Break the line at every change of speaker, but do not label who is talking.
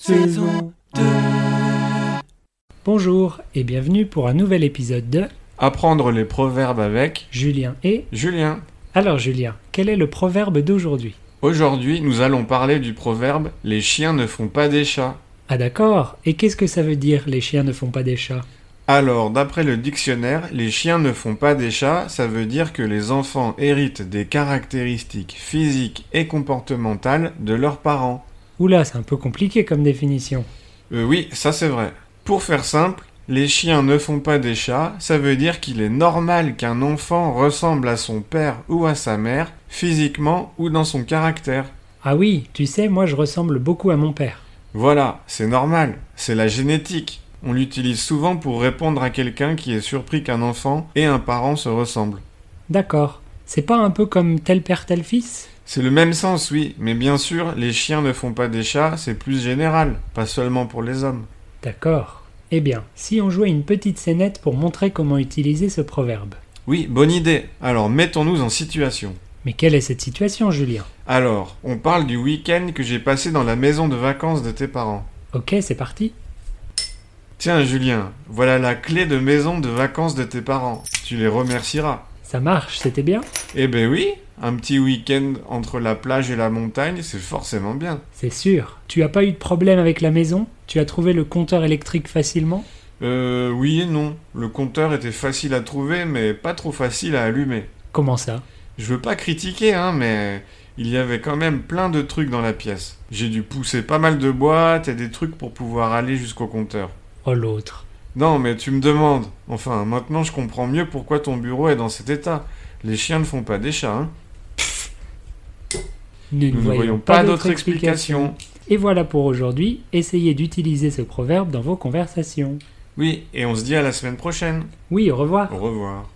saison 2.
Bonjour et bienvenue pour un nouvel épisode de
Apprendre les proverbes avec
Julien et...
Julien.
Alors Julien, quel est le proverbe d'aujourd'hui
Aujourd'hui, nous allons parler du proverbe Les chiens ne font pas des chats.
Ah d'accord, et qu'est-ce que ça veut dire les chiens ne font pas des chats
Alors, d'après le dictionnaire, les chiens ne font pas des chats, ça veut dire que les enfants héritent des caractéristiques physiques et comportementales de leurs parents.
Oula, c'est un peu compliqué comme définition.
Euh, oui, ça c'est vrai. Pour faire simple, les chiens ne font pas des chats, ça veut dire qu'il est normal qu'un enfant ressemble à son père ou à sa mère, physiquement ou dans son caractère.
Ah oui, tu sais, moi je ressemble beaucoup à mon père.
Voilà, c'est normal, c'est la génétique. On l'utilise souvent pour répondre à quelqu'un qui est surpris qu'un enfant et un parent se ressemblent.
D'accord, c'est pas un peu comme tel père tel fils
C'est le même sens, oui, mais bien sûr, les chiens ne font pas des chats, c'est plus général, pas seulement pour les hommes.
D'accord. Eh bien, si on jouait une petite scénette pour montrer comment utiliser ce proverbe.
Oui, bonne idée. Alors mettons-nous en situation.
Mais quelle est cette situation, Julien
Alors, on parle du week-end que j'ai passé dans la maison de vacances de tes parents.
Ok, c'est parti.
Tiens, Julien, voilà la clé de maison de vacances de tes parents. Tu les remercieras.
Ça marche, c'était bien
Eh ben oui, un petit week-end entre la plage et la montagne, c'est forcément bien.
C'est sûr. Tu as pas eu de problème avec la maison Tu as trouvé le compteur électrique facilement
Euh, oui et non. Le compteur était facile à trouver, mais pas trop facile à allumer.
Comment ça
Je veux pas critiquer, hein, mais il y avait quand même plein de trucs dans la pièce. J'ai dû pousser pas mal de boîtes et des trucs pour pouvoir aller jusqu'au compteur.
Oh l'autre.
Non, mais tu me demandes. Enfin, maintenant je comprends mieux pourquoi ton bureau est dans cet état. Les chiens ne font pas des chats, hein.
Nous
Nous ne voyons pas d'autre explication.
Et voilà pour aujourd'hui. Essayez d'utiliser ce proverbe dans vos conversations.
Oui, et on se dit à la semaine prochaine.
Oui, au revoir.
Au revoir.